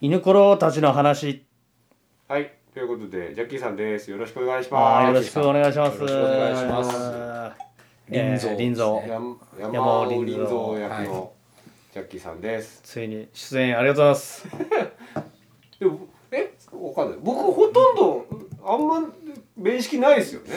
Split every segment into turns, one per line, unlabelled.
犬ころたちの話
はい、ということで、ジャッキーさんです。よろしくお願いし
あーよ
ま
ろ
す。
しくお願いします。
よろしくお願いします
えー
林蔵
林蔵
やん山
山
尾
尾
林
林
蔵
蔵
役
はい
のジャッキーさんです。
ついに出演ありがとうございます。
でも、え、わかんない。僕ほとんど、あんま面識ないですよね。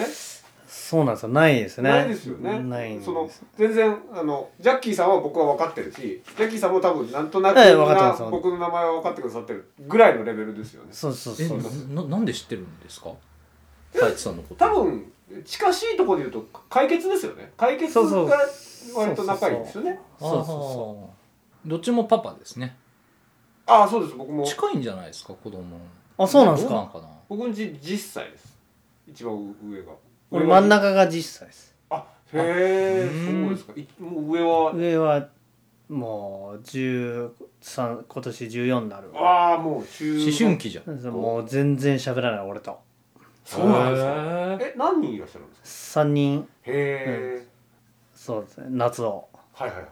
そうなんですよ。ないですね。
ないですよね。
ないんです
その全然あのジャッキーさんは僕は分かってるし、ジャッキーさんも多分なんとなく、
ええ分かってます
な僕の名前は分かってくださってるぐらいのレベルですよね。
そうそう
え
そうそう。
ななんで知ってるんですか太一さんのこと
多分近しいところで言うと解決ですよね。解決
そうそう
が割と仲いいんですよね。
あー
そうそ
どっちもパパですね
ああ、そうです。僕も
近いんじゃないですか子供
あそうなんですか
どかな
僕んち10歳です。一番上が。
俺真ん。中が10歳です。
あ、へえ、
うん
そうですか。いもう上は。
上はもう13今年14になるわ。
ああ、もう中。
思春。期じゃん
そうそうもう全然喋らない俺と
そうなんですか。
か
え、何人いらっしゃるんですか。
3人
へえ。
そうですね夏を
はいはいはい。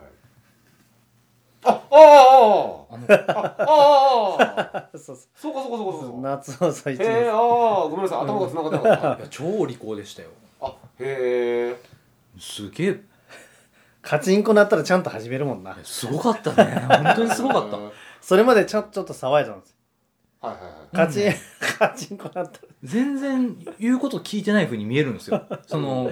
あ、あ
あの
あああああああ。
そうそ
そうかそうかそう
う
かそうか。
夏を最
へ
初
え、
に
ああ、ごめんなさい。頭が繋がってなかった。
いや超利口でしたよ
あ、へえ。
すげえ
カチンコなったらちゃんと始めるもんな
すごかったね 本当にすごかっ
は
た
い
それまでちょちょっと騒いだんですよ
はいはい。
カチン、 カチンコなったら
全然言うこと聞いてないふうに見えるんですよその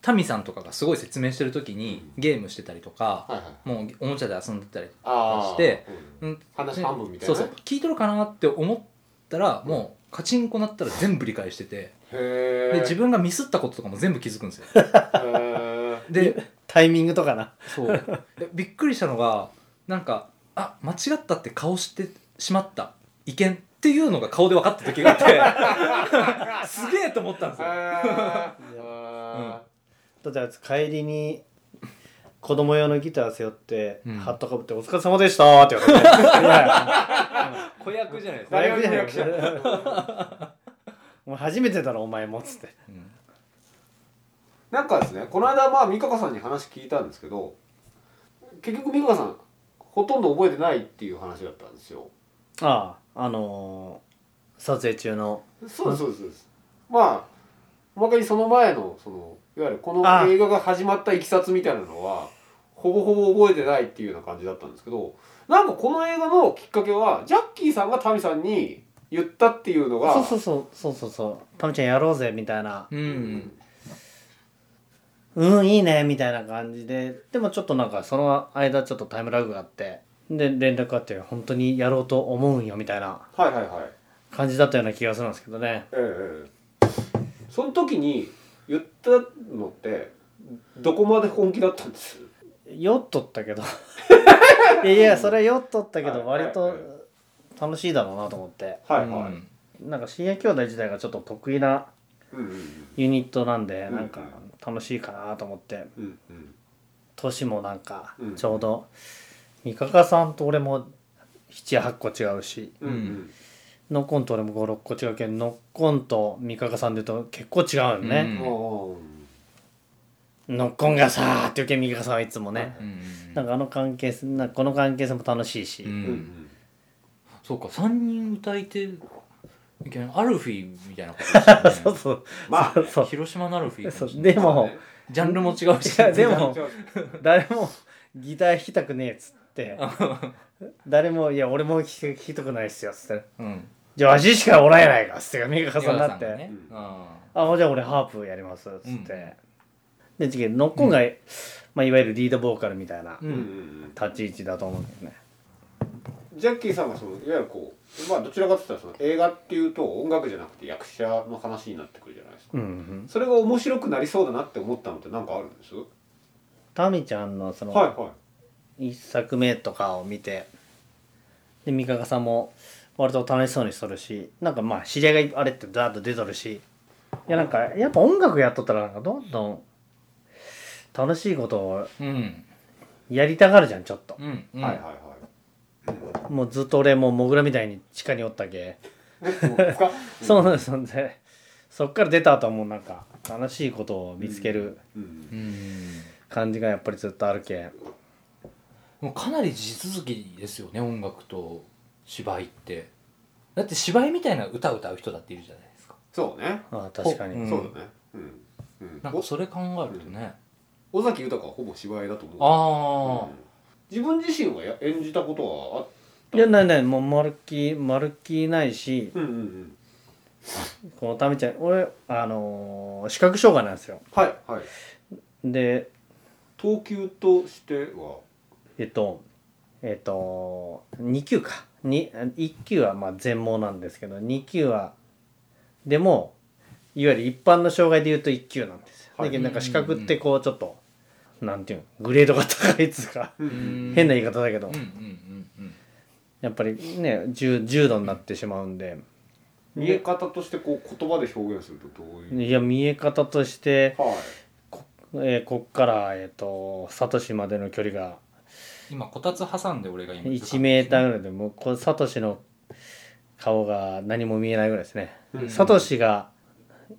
タミさんとかがすごい説明してる時にゲームしてたりとか
はいはい。
もうおもちゃで遊んでたり
ああ。
して
うん
うん
話半分みたいなね。
そうそう聞いとるかなって思ったらもうカチンコなったら全部理解してて
へえ。
で自分がミスったこととかも全部気づくんですよ
へ
で
タイミングとかな
そうでびっくりしたのがなんかあ間違ったって顔してしまった意見っていうのが顔で分かった時があ ってすげえと思ったんです
え。
よ
へ
だってあいつ帰りに子供用のギター背負って、
うん
ハットかぶって「お疲れ様でした」って言われ ていや
子役じゃないです
か誰よりも役
役
者
者お前初めてだろお前も」っつって
うん
ーなんかですね、この間まあ美香子さんに話聞いたんですけど、結局美香子さんほとんど覚えてないっていう話だったんですよ。
あああのー撮影中の
そうですそうですそうです。まあおまけにその前のそのいわゆるこの
あ
映画が始まったいきさつみたいなのはほぼほぼ覚えてないっていうような感じだったんですけど、なんかこの映画のきっかけはジャッキーさんがタミさんに言ったっていうのが。
そうそうそうそうそうそうタミちゃんやろうぜみたいな
うんうん
うんいいねみたいな感じででもちょっとなんかその間ちょっとタイムラグがあってで連絡あって本当にやろうと思うんよみたいな
はいはいはい。
感じだったような気がするんですけどね
ええ、その時に言ったのってどこまで本気だったんです
酔っとった けどいやいやそれ酔っとったけ
はい
ど割
はい
と
はい
楽しいだろうなと思って
は
うん
なんか深夜兄弟自体がちょっと得意な
うんうん
ユニットなんで
うん
なんか楽しいかなと思って
うんうん
年もなんか
うん
ちょうど三鷹さんと俺も78個違うし
うんうん
ノッコンと俺も56個違うけどノッコンと三鷹さんで言うと結構違うよ
う
ね、
ん
ん
おー
ノッコンがさーっていうけん三鷹さんはいつもね、
うん
なんかあの関係性なんかこの関係性も楽しいし、
う
うんん
そうか3人歌い手いけないアルフィーみたいなことでしたね
そうそう
まあ
そう
広島のアルフィーか
そ
もしれ
う
ない
でも
ジャンルも違うし
いやで
で
も誰もギター弾きたくねえっつって誰も「いや俺も弾き弾きたくないっすよ」っつって
うん
「じゃあわししかおらんやないか」っつって三
さ
鷹さんになって「
ね
うん
あ
あじゃあ俺ハープやります」っつって、
うん
で次ノッコンが、まあ、いわゆるリードボーカルみたいな
ーう
うんうんん
立ち位置だと思うんだよね、
ジャッキーさんがそのいわゆるこうまあどちらかといったらその映画っていうと音楽じゃなくて役者の話になってくるじゃないですか
うんうん、
それが面白くなりそうだなって思ったのって何かあるんですは
タミちゃんのそ
い
の
は
一作目とかを見てで三鷹さんも割と楽しそうにしとるしなんかまあ知り合いがあれってダーッと出とるしいやなんかやっぱ音楽やっとったらなんかどんどん楽しいことを
うん
やりたがるじゃんちょっと
うんう
い
ん
はいはいはい
もうずっと俺もうモグラみたいに地下におったけ
えもう深っ
そうなんですんでそっから出た後はもうなんか楽しいことを見つける
うん
うん
感じがやっぱりずっとあるけん
もうかなり地続きですよね音楽と芝居ってだって芝居みたいな歌歌う人だっているじゃないですか
そうね、
ああ確かに、
ほうん
そうだねうん、うん
なんかそれ考えるとね、
お尾崎豊はほぼ芝居だと思う
ああ、
うん自分自身はや演じたことはあっ
いやないないもうまるっきりまるっきりないし
うんうんうん
このためちゃん俺あのー視覚障害なんですよ
はいはい
で
投球としては
えっとえっと2級かに1級はまあ全盲なんですけど2級はでもいわゆる一般の障害でいうと1級なんですよ、
はい
だけどなんか資格ってこうちょっと、なんていうのグレードが高いっつうか
うん
変な
うん
言い方だけど、
うんうんうん
やっぱりね重重度になってしまうんで、
見え方としてこう言葉で表現するとどういう、
いや見え方として、
はい
えーこっから、えっとサトシまでの距離が
今こたつ挟んで俺が今
1メーターぐらいでもうこうサトシの顔が何も見えないぐらいですね、
うん
サトシが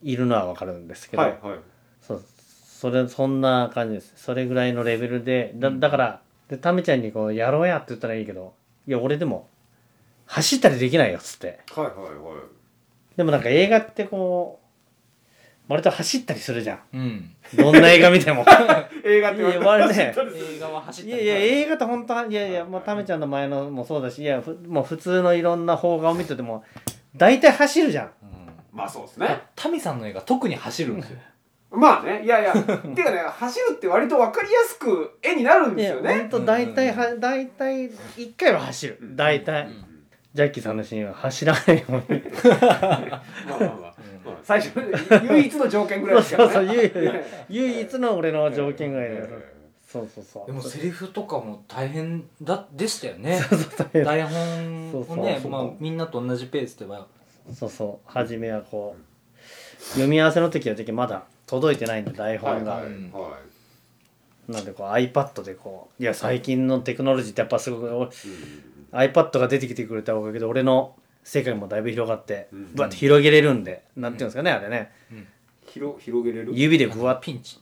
いるのは分かるんですけど、
はいはい
そうそれそんな感じですそれぐらいのレベルでだだからでタミちゃんにこう「やろうや」って言ったらいいけどいや俺でも走ったりできないよっつって
はいはいはい
でもなんか映画ってこう割と走ったりするじゃん
うん
どんな映画見ても
映画って言われた
いやまあ
映画は走っ
い
た
や
り
いや映画って本当はいやいやもうタメちゃんの前のもそうだしいやふもう普通のいろんな邦画を見てても大体走るじゃん
うん
まあそうですね
タミさんの映画特に走るんですよ
まあねいやい やていうかね走るって割と分かりやすく絵になるん
い
です
や
よ
本
ね
当大体は大体1回は走る大体、
うん
ジャッキーさんのシーンは走らないように
まあまあまあ
うん
まあ最初の唯一の条件ぐらいですか
そう
ら
そう
ね
唯唯一の俺の条件ぐらいだよ
え
そうそうそう
でもセリフとかも大変だでしたよね
変
台本
そうそ
を
う
ね
そう
まあみんなと同じペースでは
そうそう初めはこう読み合わせの時は時まだ届いてないんで台
えはい
本が、
はい
うん
は
なんでこう iPad でこういや最近のテクノロジーってやっぱすごく
いうん
iPad が出てきてくれたおかげで俺の世界もだいぶ広がって
うん
ぶわって広げれるんで、なんていうんですかねあれね
広広げれる
指でぶわっ
ピンチ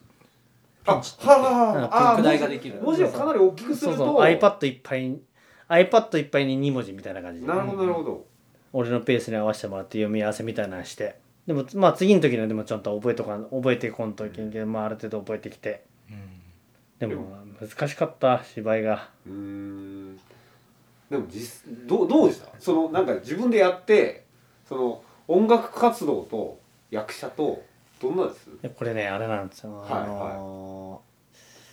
あ
ピ
は
ンチって
あはああ
拡大
文
が
字
できる
文字をかなり大きくす
そう
る
そ
と
う iPad いっぱい iPad いっぱいに2文字みたいな感じで
なるほどなるほど
俺のペースに合わせてもらって読み合わせみたいなのしてでもまあ次の時にはでもちゃんと覚えとかん覚えてこんといけんけど、まあ、ある程度覚えてきて
うん
でも難しかった芝居が
うーんでも実どうどうでしたそのなんか自分でやってその音楽活動と役者とどんなです
でこれねあれなんですよ、
はい
あのー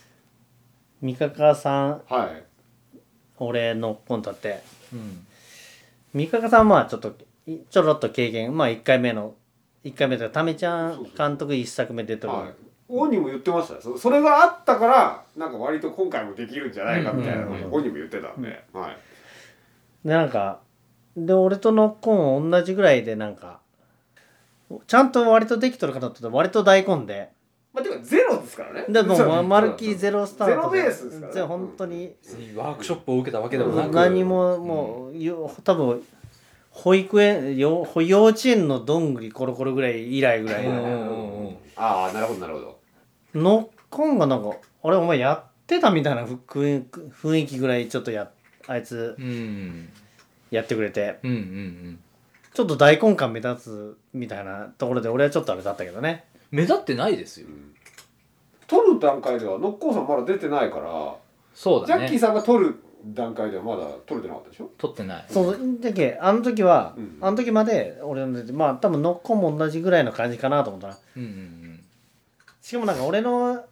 三鷹さん
はい
俺のコントって
うん
三鷹さんはまあちょっといちょろっと経験まあ1回目の1回目というかためちゃん監督1作目出てる、
はい本人も言ってましたよそそれがあったからなんか割と今回もできるんじゃないかみたいなのを
うん
本人も言ってたんで、はい
でなんかで俺とノッコン同じぐらいでなんかちゃんと割とできとる方だったら割と大根で
まあてかゼロですからね
でも
そう
うまるっきりゼロスタート
ゼロベースですからね
ゼロ本当に
別にワークショップを受けたわけでもなく
何ももうよ多分保育園よ保幼稚園のどんぐりコロコロぐらい以来ぐらい
うんう
の
んうんうん
ああなるほどなるほど
ノッコンがなんかあれお前やってたみたいな雰雰囲気ぐらいちょっとやあいつ
うん
やってくれて
うんうん
ちょっと大根感目立つみたいなところで俺はちょっとあれだったけどね
目立ってないですよ
撮る段階ではノッコンさんまだ出てないから、
そう
ジ
だ
ャッキー
ね
さんが撮る段階ではまだ撮れてなかったでしょ
撮ってない
そうだけあの時は、
うん
あの時まで俺の出てまあ多分ノッコンも同じぐらいの感じかなと思ったな
うんうんうん
しかもなんか俺の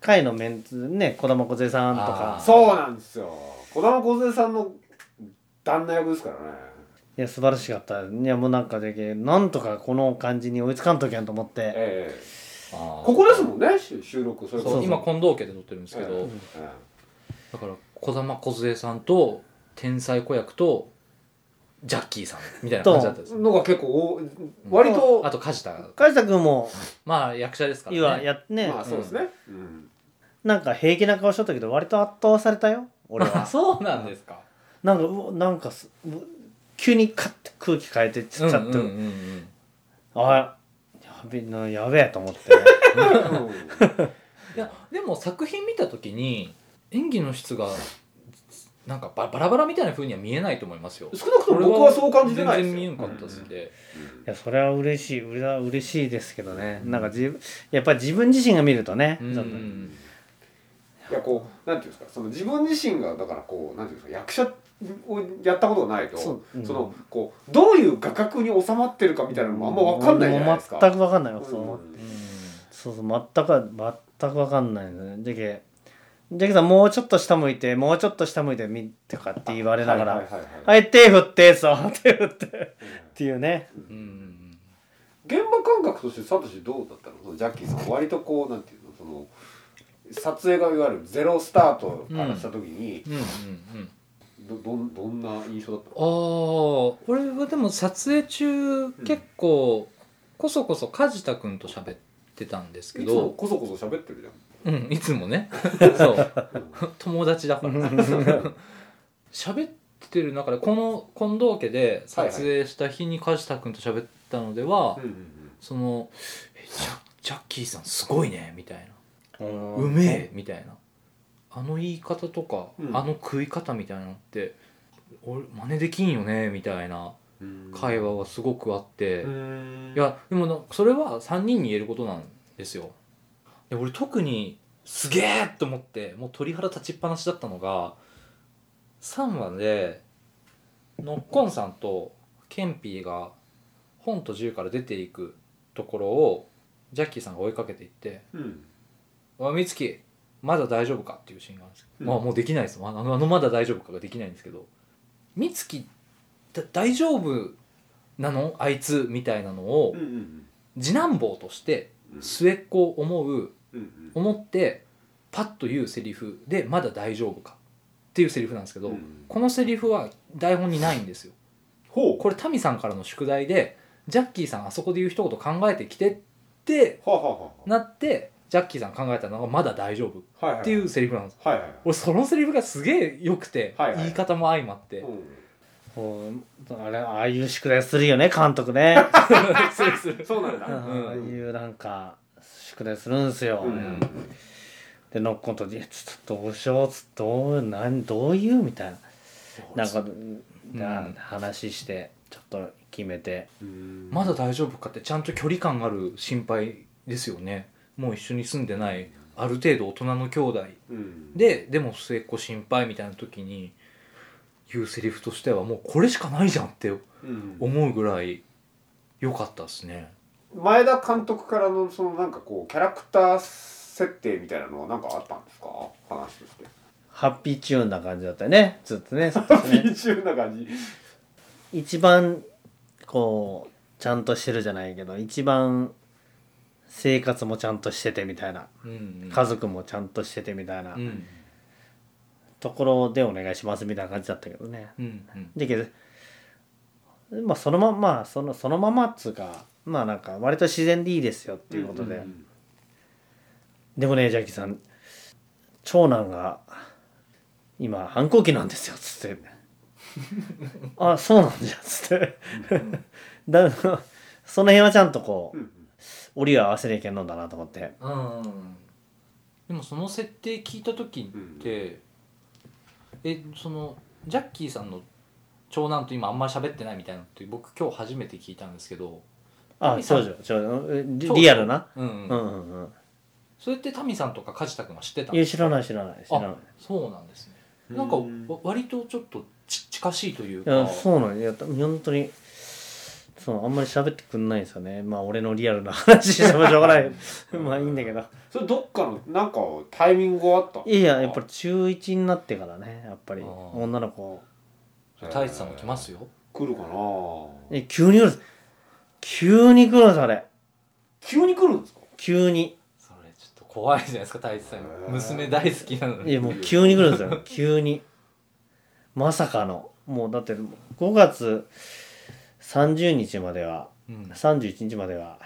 会のメンツね児玉梢さんと
あ
か
ー
そうなんですよ児玉梢さんの旦那役ですからね
いや素晴らしかったいやもうなんかだけなんとかこの感じに追いつかんときゃんと思って
ええ
あー
ここですもんねし収録それこ
そう
そう
今近藤家で撮ってるんですけ
ええ
ど
え
だから児玉梢さんと天才子役とジャッキーさんみたいな感じだったんです
え
よ
のが結構お割と、
あと梶田
梶田君も
まあ役者ですからね
いわやってね
まあそうですね、うん
なんか平気な顔しとったけど割と圧倒されたよ俺
あ
は
そうなんですか
なんかうおなんかすう急にカッて空気変えてちっちゃっと、
うんうんうんうん
あやべえなやべえと思って
うん
いやでも作品見た時に演技の質がなんかババラバラみたいな風には見えないと思いますよ
少なくとも僕はそう感じてないです
全然見え
よ
なかったですんで、
いやそれは嬉しいうら嬉しいですけどね、なんか自分やっぱり自分自身が見るとね、
うん
ちょっ
う
と
ん
いやこうなんていうんですかその自分自身がだからこうなんていうんですか役者をやったことがないと
そ
そう
うん
のこうどういう画角に収まってるかみたいなのもあんま分かんないじゃないですか。
俺も全く分かんないよ、そううんそうそう全く全く分かんないのねじゃけじゃけさんもうちょっと下向いてもうちょっと下向いてみとかって言われながら「
は
はいい
はいはいはい
手振ってそう手振って」っていうね
うんうん
現場感覚としてサトシどうだったのそのジャッキーさん割とこうなんていうのその撮影がいわゆるゼロスタートからした時に、
うんうんうん
どどんどんな印象だったの
ああ俺はでも撮影中結構こそこそ梶田君と喋ってたんですけ
いつも
ど
こそこそ喋ってるじゃん。
うんいつ もねそう友達だから喋ってる中でこの近藤家で撮影した日に梶田君と喋ったのでは、
うんうんうん
その「えジャジャッキーさんすごいね」みたいな
う
「
ん
うめえ」みたいなあの言い方とか、
うん
あの食い方みたいなのって俺真似できんよねみたいな
うん
会話はすごくあって、
うん
いやでもなそれは3人に言えることなんですよで俺特にすげえと思ってもう鳥肌立ちっぱなしだったのが3話でノッコンさんとケンピーが本と銃から出ていくところをジャッキーさんが追いかけていって
うん
「おい美月まだ大丈夫か?」っていうシーンがあるんです
う
けど、
ん
まあもうできないですあのあの「まだ大丈夫か?」ができないんですけど「美月だ大丈夫なのあいつ」みたいなのを、
うんうん
次男坊として
うん
末っ子を思う
うんうん
思ってパッと言うセリフで「まだ大丈夫か」っていうセリフなんですけど、
うん
このセリフは台本にないんですよ。
ほ
これタミさんからの宿題でジャッキーさんあそこで言う一言考えてきてって
うはあはあは
なってジャッキーさん考えたのが「まだ大丈夫」
あはいは
っていうセリフなんです。
はいはい
俺そのセリフがすげえ良くて、
はいはい
言い方も相まって、
こうあれああいう宿題するよね監督ね、
するする
そうなんだ
うんああいうなんか宿題するんですよ、
うん
でノッコンと「いやちょっとどうしようつどうなんどういう?」みたいななんか、な
うん
話してちょっと決めて
うん
まだ大丈夫かってちゃんと距離感がある心配ですよねもう一緒に住んでないある程度大人の兄弟
うん
ででも末っ子心配みたいな時に言うセリフとしてはもうこれしかないじゃんって
うん
思うぐらい良かったですね
前田監督からのそのなんかこうキャラクター設定みたいなのは何かあったんですか話として
ハッピーチューンな感じだったよねずっとね
ピーチューンな感じ
一番こうちゃんとしてるじゃないけど一番生活もちゃんとしててみたいな
うん
家族もちゃんとしててみたいな
うん
ところでお願いしますみたいな感じだったけどね。
うんうん
だけどまあそのまままあそのそのままっつうかまあなんか割と自然でいいですよっていうことで、
ん
でもねジャッキーさん長男が今反抗期なんですよっつってあそうなんじゃっつってだその辺はちゃんとこ
う
うん折りを合わせなきゃいけんのだなと思って
うんでもその設定聞いた時って、えそのジャッキーさんの長男と今あんまり喋ってないみたいなのって僕今日初めて聞いたんですけど、
あ
神
長
様
女長女リ
長女
リアルな
うん
う
うんん
うんうん
それってタミさんとか梶田君は知ってたん
いや
で
知
す
らない知らない知らない
そうなんですね
うん
なんかわ割とちょっとち近しいという
い
か
やそうなんいや本当にそうあんまり喋ってくんないんですよねまあ俺のリアルな話してもしょうが ないまあいいんだけど
それどっかのなんかタイミングはあった
いやいややっぱり中1になってからねやっぱり
あー
女の子
太一さんも来ますよ
来るかな
え急に来るんです急に来るんですあれ
急に来るんですか
急に
それちょっと怖いじゃないですか太一さん
へー
娘大好きなの
い
に
やもう急に来るんです よ急にまさかのもうだって5月30日までは
うん
31日までは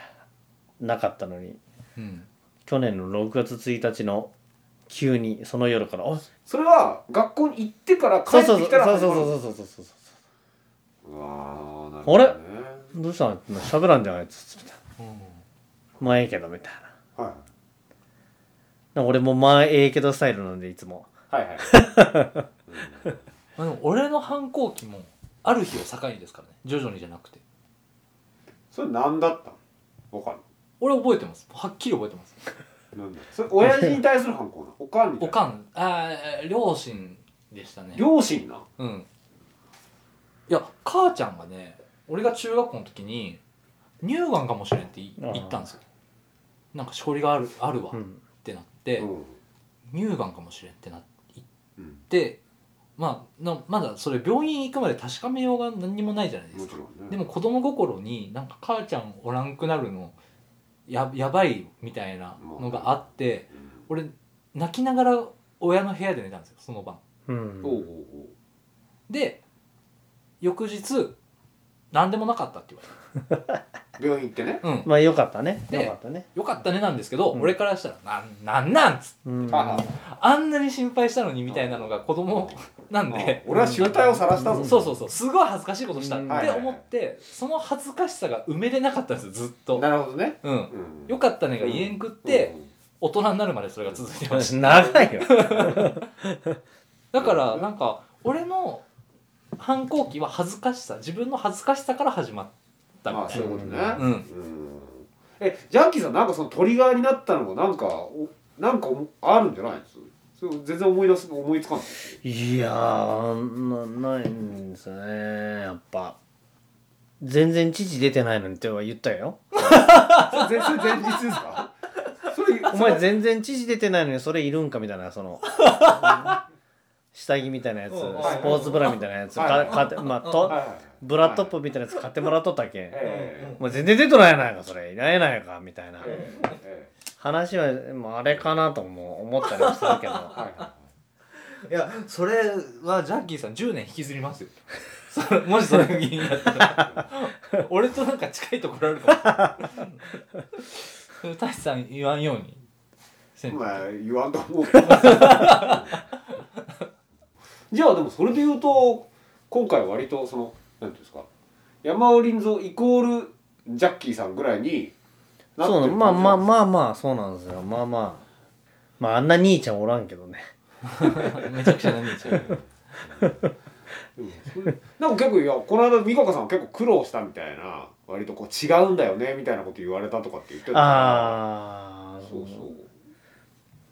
なかったのに
うん
去年の6月1日の急にその夜から「あ
それは学校に行ってから帰
そ
っ
うそうそ
てき
う
たら
そう
始
そう
まる
そうそうそうそう
うわーな
あれ
るほどね
どうしたの喋らんじゃないつみたいなまあええけどみたいな
はい
なんか俺もまあええけどスタイルなんでいつも
はいはい。
まあ、でも俺の反抗期もある日を境にですからね徐々にじゃなくて
それ何だったのおかん
俺覚えてますはっきり覚えてます
なんだそれ親父に対する反抗 なのおかんに対す
お
る
かんあー両親でしたね
両親な
うんいや母ちゃんがね俺が中学校の時に乳がんかもしれんってい
あー
言ったんですよなんかしこりがあるあるわ
う
っ
ん
てなって、
うん
乳がんかもしれんってなっ
うん
てまあなまだそれ病院行くまで確かめようが何にもないじゃないで
も
す
ち
か
ろんね
でも子供心になんか母ちゃんおらんくなるのややばいみたいなのがあって
うん
俺泣きながら親の部屋で寝たんですよその晩
うん
おうおうおう
で翌日何でもなかったって言われ
病院行ってね
た、うん、
まあよかったね
で
よかったね
よかったねなんですけど、
うん
俺からしたら「なんなんなん?」っつって
うん
あ
あんなに心配したのにみたいなのが子供なんで
あ俺は醜態を晒したぞ
そうそうそうすごい恥ずかしいことした
うん
って思ってその恥ずかしさが埋めれなかったんですよずっと
なるほどね
うん
うん
よかったねが言えんくって大人になるまでそれが続いてました
長いよ
だからなんか俺の反抗期は恥ずかしさ自分の恥ずかしさから始まったみ
まあ
た
そう
い
いう
な
ことね
うん
うんえジャッキーさんなんかそのトリガーになったのがなんかおなんかおあるんじゃないですそれ全然思い出す思いつかない
いやーなないんですねやっぱ全然父出てないのにっては言ったよ
それそれ前日です かそれ
お前全然父出てないのにそれいるんかみたいなその下着みたいなやつス
うん
ポーツブラみたいなやつかかてまあと
それはいはいはい
ブラットップみたいなやつ買ってもらっとったけん
え
もう全然出とらんやないかそれいないやないかみたいな
ええええ
話はもうあれかなとも思ったりもするけど
え はいはい
いやそれはジャッキーさん10年引きずりますよそ れもしそれが気になったら俺となんか近いところあるかもそれ大志さん言わんようにせん
まあ言わんと思うけど じゃあでもそれで言うと今回割とその何ていうんですか山尾林蔵イコールジャッキーさんぐらいになって
そう
る
な
感じ
まあまあま
なんです
あまあそうなんですよまあまあまああんな兄ちゃんおらんけどね
めちゃくちゃな兄ちゃん
うんそれなんか結構いやこの間美香子さんは結構苦労したみたいな割とこう違うんだよねみたいなこと言われたとかって言ってたから
ああ
そう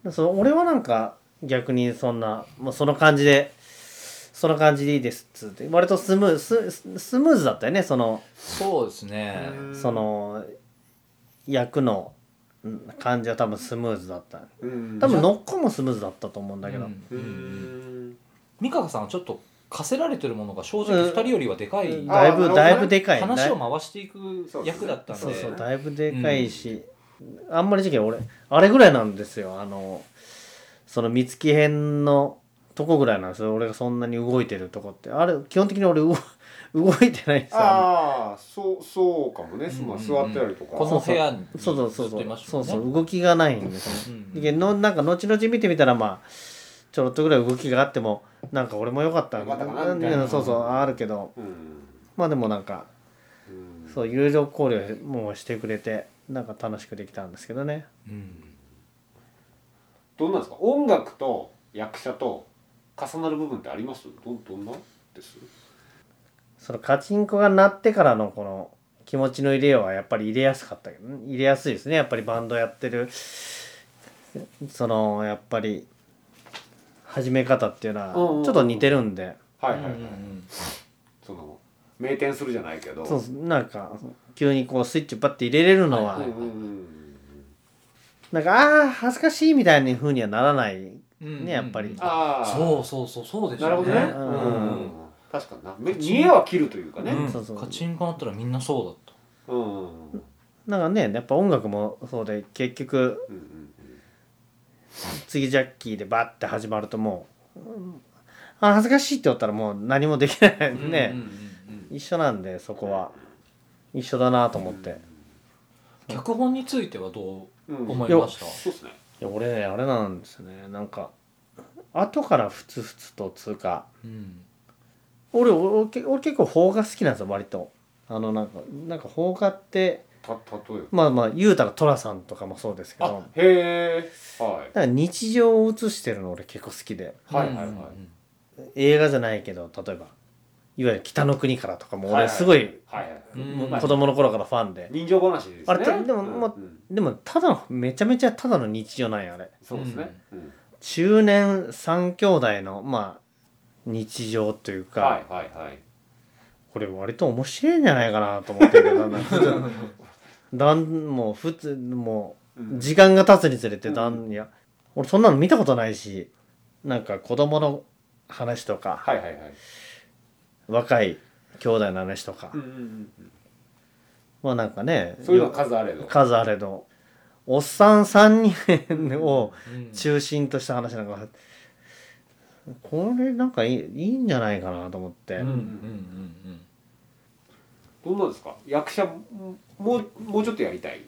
そう
その俺はなんか逆にそんな、まあ、その感じでその感じでいいですっつって割とスムーズススムーズだったよねその
そうですね
うん
その役のうん感じは多分スムーズだった
うん
多分ノッコもスムーズだったと思うんだけど、
うん
う
うん
ん
美香さんはちょっと課せられてるものが正直2人よりはでかい、
ん
だいぶ、
あーなるほどね
だいぶでかい
話
だい
を回していく役だったんで
そうそう
ね
だいぶでかいし、あんまり時期俺あれぐらいなんですよあのその三月編のとこぐらいなんですよ俺がそんなに動いてるとこってあれ基本的に俺動 動いてないんですよあんまり
ああそうそうかもね、まあ、座ってたりとか
この部屋に
そうそうそう
ずっ
そ
といま
う
した
そ
も
うん
ね
そう動きがないんですよ、
うん
でのなんか後々見てみたらまあちょろっとぐらい動きがあってもなんか俺も良かった
良かったかなみたいな
うんそうそうあるけど
うん
まあでもなんか
うん
そういろいろ考慮もしてくれてなんか楽しくできたんですけどね
うん
どんなんですか音楽と役者と重なる部分ってありますどどんなです
そのカチンコが鳴ってからのこの気持ちの入れようはやっぱり入れやすかったけど入れやすいですねやっぱりバンドやってるそのやっぱり始め方っていうのはち
うんうん
ょっと似てるんで、
はいはいはい、
うんうんうん
その名店するじゃないけど
そうっすなんか急にこうスイッチバッて入れれるのは、
は
う
い
んうんうん
なんかああ恥ずかしいみたいな風にはならない
うん
ねやっぱり
ああ
そうそうそうそうでし
なる
ょ
ほ
う
ど
ね
ね、
う
うん
ん
確かになめ見えは切るというかね
うん
そうそう
カチンコなったらみんなそうだった
うんうんうん
なんかねやっぱ音楽もそうで結局
うんうん
次ジャッキーでバッて始まるともう、うんあー恥ずかしいって言ったらもう何もできないね、
うんうんうんうん
一緒なんでそこは一緒だなと思って、い
脚本についてはど
う
うん思いました
そうですね
や俺ねあれなんですねなんか後からふつふつとつうか
うん
俺俺俺俺結構邦画好きなんですよ割とあのなんかなんか邦画って
た例えば
まあまあ言うたら寅さんとかもそうですけど
あへえはい
なんか日常を映してるの俺結構好きで
はいはいはい
うん
映画じゃないけど例えばいわゆる「北の国から」とかも
はい
俺
はい
すごい
はいはいはい
うん
子供の頃からファンで、
人情話ですね
あれってでももうん
ん
でもただのめちゃめちゃただの日常なんやあれ
そうですね、うん
中年3兄弟のまあ日常というか、
はいはいはい
これ割と面白いんじゃないかなと思ってるけどだんだんだんもう普通も
う
うん時間が経つにつれてだん、いや俺そんなの見たことないしなんか子供の話とか
はいはいはい
若い兄弟の話とか、
うんうんうんうん
まあなんかね
そういうの数あれど
数あれどおっさん3人を
うん
中心とした話なんかこれなんかいいいいんじゃないかなと思って、
うんうんうん
どうなんですか役者もうもうちょっとやりたい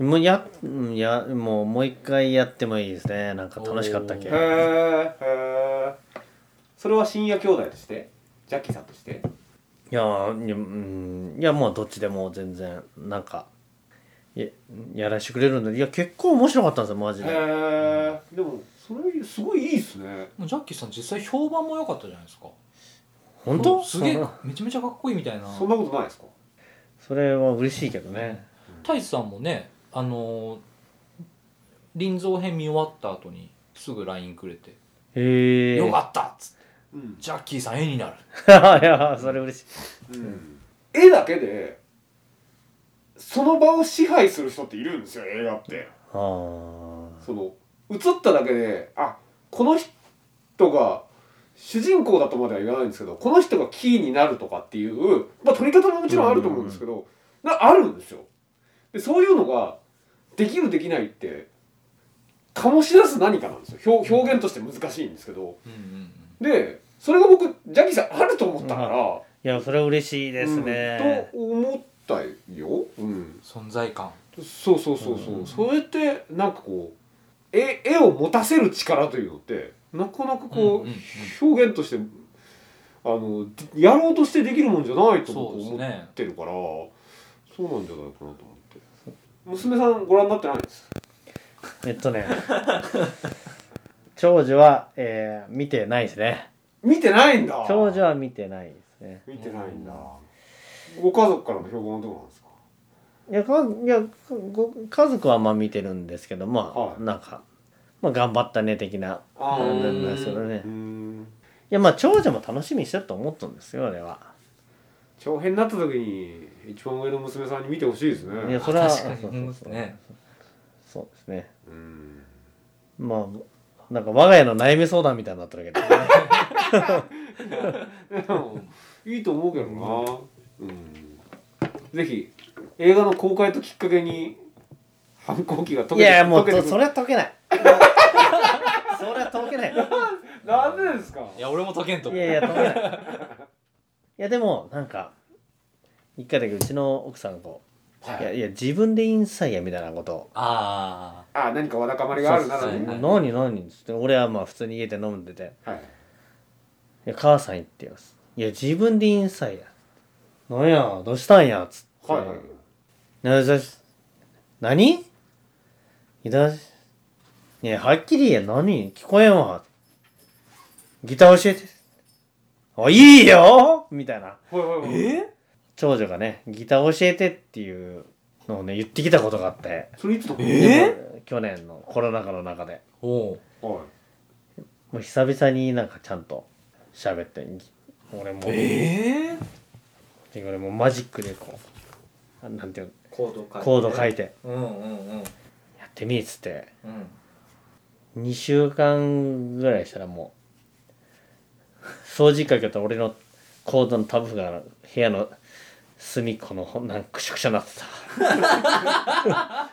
もうやうんやもうもう一回やってもいいですねなんか楽しかったっけ
へ
へ
え
ー
へえそれは深夜兄弟としてジャッキーさんとして
いやーいや,、うん、いやもうどっちでも全然なんかややらしてくれるんでいや結構面白かったんですよマジ
へ
で
えでもそれすごいいいですね
うんジャッキーさん実際評判も良かったじゃないですか
本当
すげえ
そんな
めちゃめちゃかっこいいみたいな
そんなことないですか
それは嬉しいけどね
太一さんもねあのー臨蔵編見終わった後にすぐ LINE くれて「
へえ
よかった!」っつって
うん
「ジャッキーさん絵になる
った いやそれ嬉しい
うん絵だけでその場を支配する人っているんですよ映画って
ああ
その映っただけであこの人が主人公だとまでは言わないんですけどこの人がキーになるとかっていう、まあ、撮り方ももちろんあると思うんですけど、なあるんですよでそういうのができるできないって醸し出す何かなんですよ表表現として難しいんですけど」
うんうんうん
でそれが僕ジャニーさんあると思ったから、
いやそれは嬉しいですね、
うんと思ったよ、うん、
存在感
そうそうそうそう、
うん
それってなんかこう絵絵を持たせる力というのってなかなかこう、
うんうん
表現としてあのやろうとしてできるもんじゃないと
そ
僕
うです
思っ
ね
てるからそう,、なんじゃないかなと思って娘さんご覧になってないんです
えっとね長女は、えー見てないですね
見てないんだ
長女は見てないですね
見てないんだご家族からの評判はどうなんですか
いやかいやご家族はまあ見てるんですけどまあ、
はい
なんか、まあ、頑張ったね的な
あ
な
ー
んですけどね
うーん
いやまあ長女も楽しみにしてると思ったんですよあれは
長編になった時に一番上の娘さんに見てほしいです
いや
ね
それは
確かに
そうそう
そ
そうう
ですね
そうですね
うん
まあなんか我が家の悩み相談みたいになってるけ ど、ね、
でもいいと思うけどなうんぜひ映画の公開ときっかけに反抗期が解け
いやいやも
解
う
け
と
て
それは解けない それは解けない
なんでですか
いや俺も解けんと
い
思う
やいや、とんでもない。いや、でも、なんか、一回だけうちの奥さんがこう、いや、いや、自分でインサイやみたいなことを。
あ
あ何かわだかまりがあるなら
そうそう
ね
はい
何何っつって、俺はまあ普通に家で飲んでて、
はい
いや、母さん言ってよ。いや、自分でインサイや。なんや、どうしたんや、つって。
はいはい
なじゃ何いだし、ねえ、はっきり言え、何聞こえんわ。ギター教えて。あ、いいよみたいな。
はいはいはい
え
長女がねギター教えてっていうのをね言ってきたことがあって
それいつとか
え
去年のコロナ禍の中で
おう
は
もう久々になんかちゃんと喋ってぎ俺も、
ええ
俺もマジックでこうあなんていうの
コード書いて
コード書いて
うんうんうん
やってみっつって
うん
2週間ぐらいしたらもう掃除機かけた俺のコードのタブが部屋の隅っこのほんなんかくしゃくしゃになってた